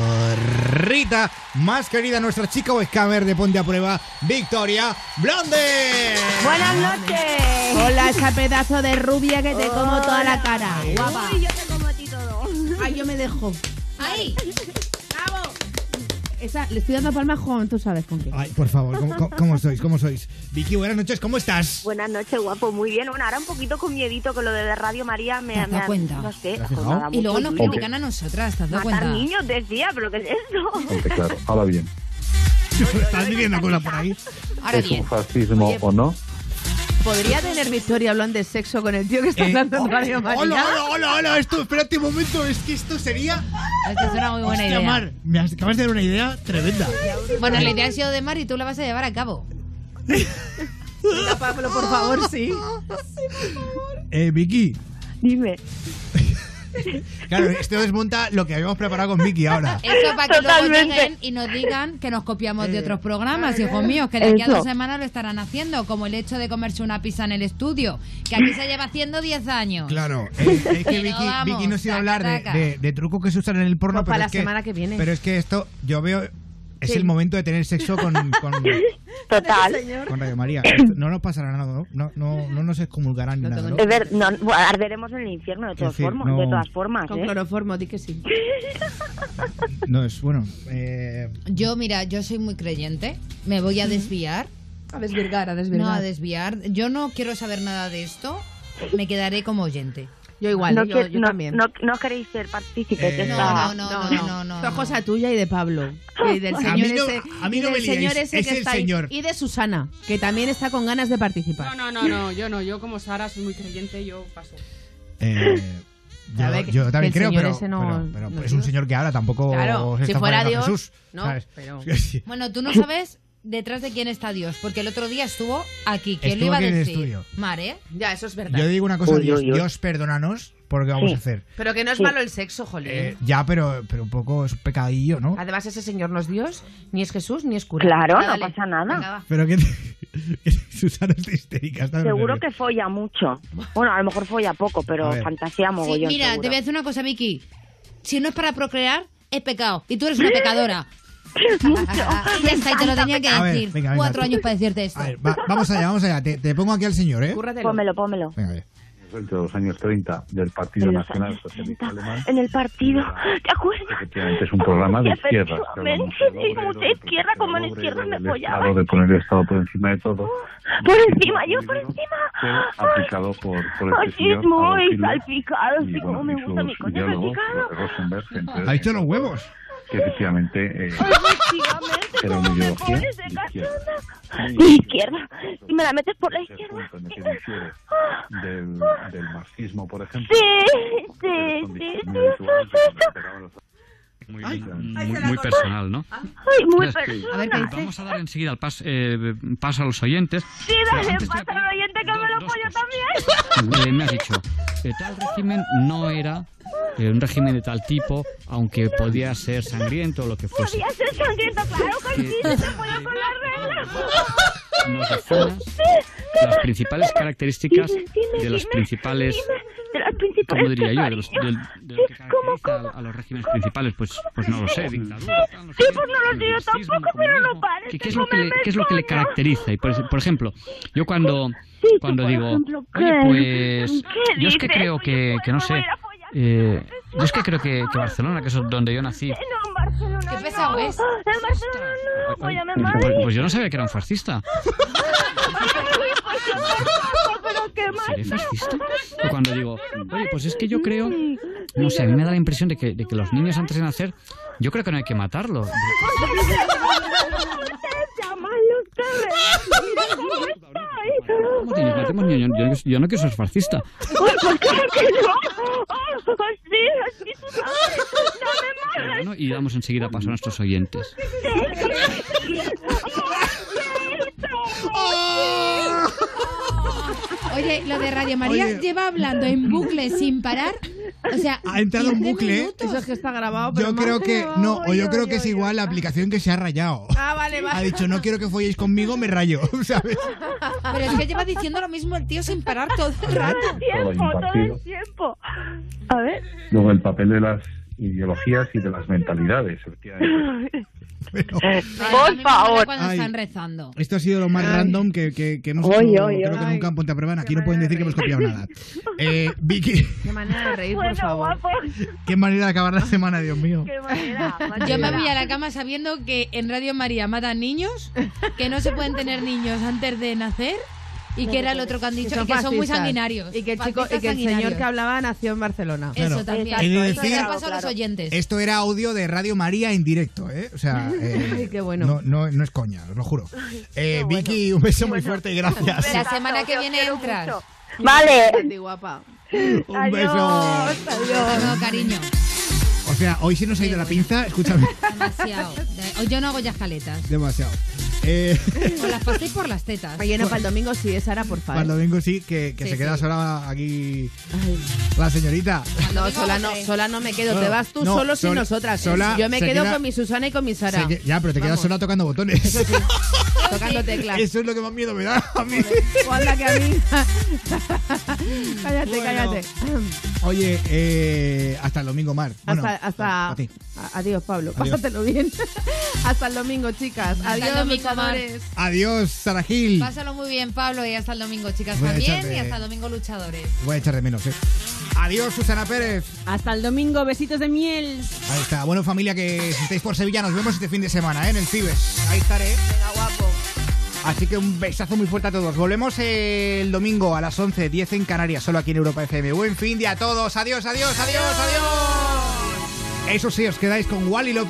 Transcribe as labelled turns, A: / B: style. A: señorita más querida, nuestra chica webcamer de Ponte a Prueba, Victoria Blonde.
B: Buenas noches.
C: Hola, esa pedazo de rubia que te como toda la cara. Guapa.
B: Uy, yo te como a ti todo.
C: Ay, yo me dejo.
B: Ahí. Bravo.
C: Esa, le estoy dando palmas con tú sabes con qué.
A: Ay, por favor, ¿cómo, cómo- cómo sois? ¿Cómo sois? Vicky, buenas noches, ¿cómo estás?
B: Buenas noches, guapo. Muy bien. Bueno, ahora un poquito con miedito con lo de Radio María. Me,
D: ¿Te has
B: me
D: dado cuenta?
B: No sé. pues
A: ¿Te has fijado?
B: acordaba
D: Y luego
B: mucho
D: nos
B: tuyo.
D: critican a nosotras, ¿te has dado
B: Matar
D: cuenta?
B: niños decía, pero ¿qué es esto?
E: Hombre, claro. Ahora bien,
A: ¿Estás viviendo cosas por ahí?
D: Ahora
E: ¿es un
D: bien,
E: fascismo
C: Oye,
E: o no?
C: ¿Podría tener Victoria hablando de sexo con el tío que está
A: Eh,
C: hablando en
A: hola,
C: Radio María?
A: hola, hola, hola, esto, espérate un momento, es que esto sería...
D: esta es una muy buena
A: Hostia,
D: idea.
A: Mar, me has- acabas de dar una idea tremenda.
D: Bueno, la idea ha sido de Mar y tú la vas a llevar a cabo.
C: Hola, Pablo, por favor, sí.
A: Eh, Vicky,
B: Dime.
A: claro, esto desmonta lo que habíamos preparado con Vicky ahora.
D: Eso para que
B: Totalmente.
D: luego lleguen y nos digan que nos copiamos de otros programas, hijos míos, que de aquí a
B: Eso.
D: dos semanas lo estarán haciendo, como el hecho de comerse una pizza en el estudio, que aquí se lleva haciendo 10 años.
A: Claro, eh, es que
D: Pero
A: Vicky,
D: vamos,
A: Vicky nos iba a hablar de,
D: taca, taca.
A: de- de trucos que se usan en el porno,
C: Pues
A: pero
C: para
A: es
C: la semana que viene.
A: Pero es que esto, yo veo, es
C: Sí.
A: el momento de tener sexo con, con,
B: Total.
A: con Radio María. Esto No nos pasará nada, ¿no? No, no, no nos excomulgarán ni
C: No
A: nada,
C: tengo
A: ¿no?
B: Es ver, no, bueno, arderemos en el infierno de todas
A: decir,
B: formas.
A: no-
B: De todas formas,
C: Con
B: ¿eh?
C: cloroformo, di que sí.
A: No, es bueno. eh,
D: Yo, mira, yo soy muy creyente, me voy a desviar.
C: A desvirgar, a
D: No,
C: desvirgar.
D: a desviar. Yo no quiero saber nada de esto, me quedaré como oyente.
C: Yo igual,
B: no,
C: yo,
B: quie-
C: yo
B: no-
C: también.
B: no- no queréis ser partícipes
A: Eh,
B: de esta-
D: No, no, no, no, no, no.
C: Esto es cosa tuya y de Pablo. Y del
A: A
C: señor
A: mí no-
C: ese,
A: a mí
C: y
A: no
C: del
A: me liáis,
C: señor ese
A: es
C: que
A: el
C: está ahí.
A: señor.
C: Y de Susana, que también está con ganas de participar.
F: No, no, no, no, yo no, yo como Sara soy muy creyente, yo paso.
A: eh, yo,
C: A ver, que-
A: yo también
C: que el
A: creo,
C: señor
A: pero,
C: ese no-
A: pero- pero
C: no
A: es un
C: Dios.
A: señor que ahora tampoco
C: Claro,
A: se
C: si
A: está
C: fuera
A: pareciendo a
C: Dios,
A: Jesús,
C: no,
A: ¿sabes?
C: pero-
A: Sí.
D: Bueno, tú no sabes detrás de quién está Dios, porque el otro día estuvo aquí. ¿Quién
A: Estuvo
D: lo iba a
A: aquí en el
D: decir?
A: estudio.
D: Mar, ¿eh?
C: Ya, eso es verdad.
A: Yo digo una cosa,
B: Uy,
A: Dios,
B: uy, uy.
A: Dios, perdónanos por lo que vamos
B: Sí.
A: a hacer.
C: Pero que no es
B: Sí.
C: malo el sexo, jolín.
A: Eh, ya, pero, pero un poco es un pecadillo, ¿no?
C: Además, ese señor no es Dios, ni es Jesús, ni es cura.
B: Claro,
D: Ah,
B: no
D: dale.
B: pasa nada.
D: Venga, va.
A: Pero que, que Susana está histérica. está
B: Seguro
A: nerviosa.
B: que folla mucho. Bueno, a lo mejor folla poco,
A: A
B: pero
A: ver.
B: fantasía
D: Sí,
B: mogollón.
D: mira,
B: seguro.
D: te voy a decir una cosa, Vicky. Si no es para procrear, es pecado. Y tú eres una pecadora.
B: Ah,
D: Y ya está, y te lo tenía que
A: A ver,
D: decir.
A: venga, venga,
D: Cuatro
A: tú.
D: años para decirte esto.
A: A ver, va- vamos allá, vamos allá. Te, te pongo aquí al señor, ¿eh?
C: Cúrratelo.
B: Pómelo, pómelo.
A: Venga, a ver.
E: Entre los años 30 del Partido
B: En los
E: Nacional
B: años
E: Socialista
B: 30,
E: Alemán.
B: En el partido, ¿te acuerdas?
E: Efectivamente, es un programa de
B: Sí,
E: izquierda.
B: efectivamente, sí, como de izquierda, como en izquierda me apoyaba.
E: Claro, de poner el Estado por encima de todo.
B: Por encima, yo por encima.
E: Pero aplicado por, por este señor.
B: Fascismo
E: Adolf
B: y
E: Hitler,
B: salpicado,
E: y,
B: sí,
E: bueno,
B: como me
E: y
B: gusta mi
E: sus
B: coño
E: ideólogos,
B: salpicado.
E: Rosenberg, entre
A: Ha
E: otros,
A: dicho los huevos.
E: Que efectivamente... eh,
B: Efectivamente,
E: Era
B: como
E: una
B: me
E: ideología
B: pones de
E: de
B: cachonda.
E: izquierda.
B: De izquierda. Si me la metes por la
E: ese
B: izquierda.
E: punto en el que difiere del, del marxismo, por ejemplo.
B: Sí, sí,
E: pero
B: sí,
E: son
B: sí,
E: discriminatorios,
B: eso es eso.
E: pegaban los-
G: Muy, muy, muy personal, ¿no?
B: Ay, muy
G: Sí.
B: persona.
D: A ver, ¿qué dice?
G: Vamos a dar enseguida el pas- eh, paso a los oyentes.
B: Sí, dale,
G: Antes te voy
B: pasa
G: a
B: al
G: pedir
B: oyente que
G: do-
B: me lo
G: dos
B: pollo
G: cosas.
B: también.
G: Eh, me has dicho, eh, tal régimen no era eh, un régimen de tal tipo, aunque podía ser sangriento o lo que fuese.
B: Podía ser sangriento, claro que sí, se te pollo con las reglas.
G: Nos definas las principales características
B: Dime, dime,
G: de los
B: dime,
G: principales
B: dime, de las principales
G: ¿Cómo diría yo? De, los, del- de lo que
B: Sí, ¿cómo,
G: caracteriza a-
B: cómo?
G: a, los regímenes principales, pues, pues no lo sé. dictaduras, tal, no
B: sí,
G: sé
B: pues
G: qué,
B: no lo sé yo
G: fascismo,
B: tampoco, pero
G: comunismo.
B: no parece
G: ¿Qué, qué es lo que le,
B: comerme
G: qué es lo que le
B: coño.
G: caracteriza? Y por, por ejemplo, yo cuando,
B: Pues, Sí, tú,
G: cuando
B: por
G: digo,
B: ejemplo, ¿qué?
G: oye, pues
B: ¿Qué
G: yo es que
B: dices?
G: creo que, que no
B: Oye,
G: sé,
B: pues, voy a ir a follar.
G: eh, yo es que creo que, que Barcelona, que es donde yo nací,
B: Eh, No, en Barcelona.
D: Qué pesado
B: no. Ah,
D: es.
B: En Barcelona no, voy a
G: pues,
B: Madrid.
G: pues yo no sabía que era un fascista.
B: Pero qué mal.
G: ¿Seré fascista? O cuando digo, oye, pues es que yo creo,
B: Mm.
G: no sé, a mí me da la impresión de que, de que los niños antes de nacer, yo creo que no hay que matarlos.
B: Llámalo ustedes. Mira cómo estáis.
G: ¿Cómo niños? Matemos niños. Yo, yo- yo no quiero ser fascista.
B: Uy, pues claro que no. Oh, sí, así tú sabes. No me mates.
G: Bueno, y damos enseguida paso a nuestros oyentes.
C: ¡Oh!
D: Oye, lo de Radio María
A: Oye.
D: lleva hablando en bucle sin parar. O sea,
A: Ha entrado en
D: 15
A: bucle.
D: minutos.
C: Eso es que está grabado, pero
A: Yo
C: no-
A: creo que. No, o yo
C: Ay,
A: creo
C: ay,
A: que es
C: ay,
A: igual la aplicación que se ha rayado.
C: Ah, vale,
A: Ha
C: vale.
A: dicho, no quiero que folléis conmigo, me rayo, ¿sabes?
D: Pero es que lleva diciendo lo mismo el tío sin parar todo el rato.
B: Tiempo, todo el tiempo. A ver.
E: Luego el papel de las ideologías y de las mentalidades, efectivamente.
A: Pero
D: A mí
B: Por
D: me encanta
B: favor.
D: Cuando
A: Ay.
D: están rezando.
A: esto ha sido lo más random que, que, que hemos
B: Oy,
A: hecho,
B: oy,
A: creo que
H: oy.
A: nunca en Ponte a Prueba. Aquí no pueden decir que hemos copiado nada. Eh, Vicky,
C: Qué manera de reír, por
B: Bueno,
C: favor.
B: guapo.
A: qué manera de acabar la semana, Dios mío.
B: Qué manera.
D: Yo me
B: manera.
D: voy a la cama sabiendo que en Radio María matan niños, que no se pueden tener niños antes de nacer y que era el otro que han dicho, y que son muy
C: fascistas.
D: sanguinarios.
C: Y que el, chico,
D: Fascistas
C: y que el señor
D: sanguinarios.
C: que hablaba nació en Barcelona.
A: Claro.
D: Eso también.
A: He de
D: Y que
A: decir-
D: le pasó a los
B: Claro.
D: oyentes.
A: Esto era audio de Radio María en directo, ¿eh? O sea, eh,
C: Ay, qué bueno.
A: no, no, no es coña, os lo juro. Eh, Vicky, un beso muy fuerte y gracias.
D: La semana que viene entras.
B: Vale.
C: Santi, guapa.
A: Un beso.
D: No, cariño.
A: O sea, hoy sí nos ha ido la pinza, escúchame.
D: Demasiado. De- Yo no hago ya jaletas.
A: Demasiado. Eh,
D: Os las paséis por las tetas.
C: Oye, no, para el domingo sí, es Sara, por
A: para el
C: favor.
A: domingo sí, que, que
D: Sí,
A: se queda
D: sí.
A: sola aquí la señorita.
C: No, sola no, sola no me quedo.
A: No,
C: Te vas tú
A: no,
C: solo sin
A: sola-
C: nosotras. ¿eh?
A: sola
C: Yo me
A: se
C: quedo
A: queda-
C: con mi Susana y con mi Sara.
A: Se que- ya, pero te quedas
C: Vamos.
A: sola tocando botones. Eso,
C: Tocando teclas.
A: es lo que más miedo me da a mí.
C: Anda que a mí. cállate,
A: Bueno.
C: cállate.
A: Oye, eh, hasta el domingo, Mar. Bueno,
C: hasta, hasta,
A: a ti.
C: a- adiós, Pablo.
A: Adiós.
C: Pásatelo bien. hasta el domingo, chicas.
D: el
C: Adiós,
D: domingo, Mar.
C: luchadores.
A: Adiós, Sara Gil.
D: Pásalo muy bien, Pablo, y hasta el domingo, chicas,
A: Voy a
D: también.
A: echarle-
D: Y hasta el domingo, luchadores.
A: Voy a echar de menos, eh. Adiós, Susana Pérez.
I: Hasta el domingo, besitos de miel.
A: Ahí está. Bueno, familia, que si estáis por Sevilla, nos vemos este fin de semana, ¿eh? En el Cibes. Ahí estaré. Venga, guapo. Así que un besazo muy fuerte a todos. Volvemos el domingo a las 11.10 en Canarias, solo aquí en Europa FM. Buen fin de a todos. Adiós, adiós, adiós, adiós. Eso sí, os quedáis con Wally López.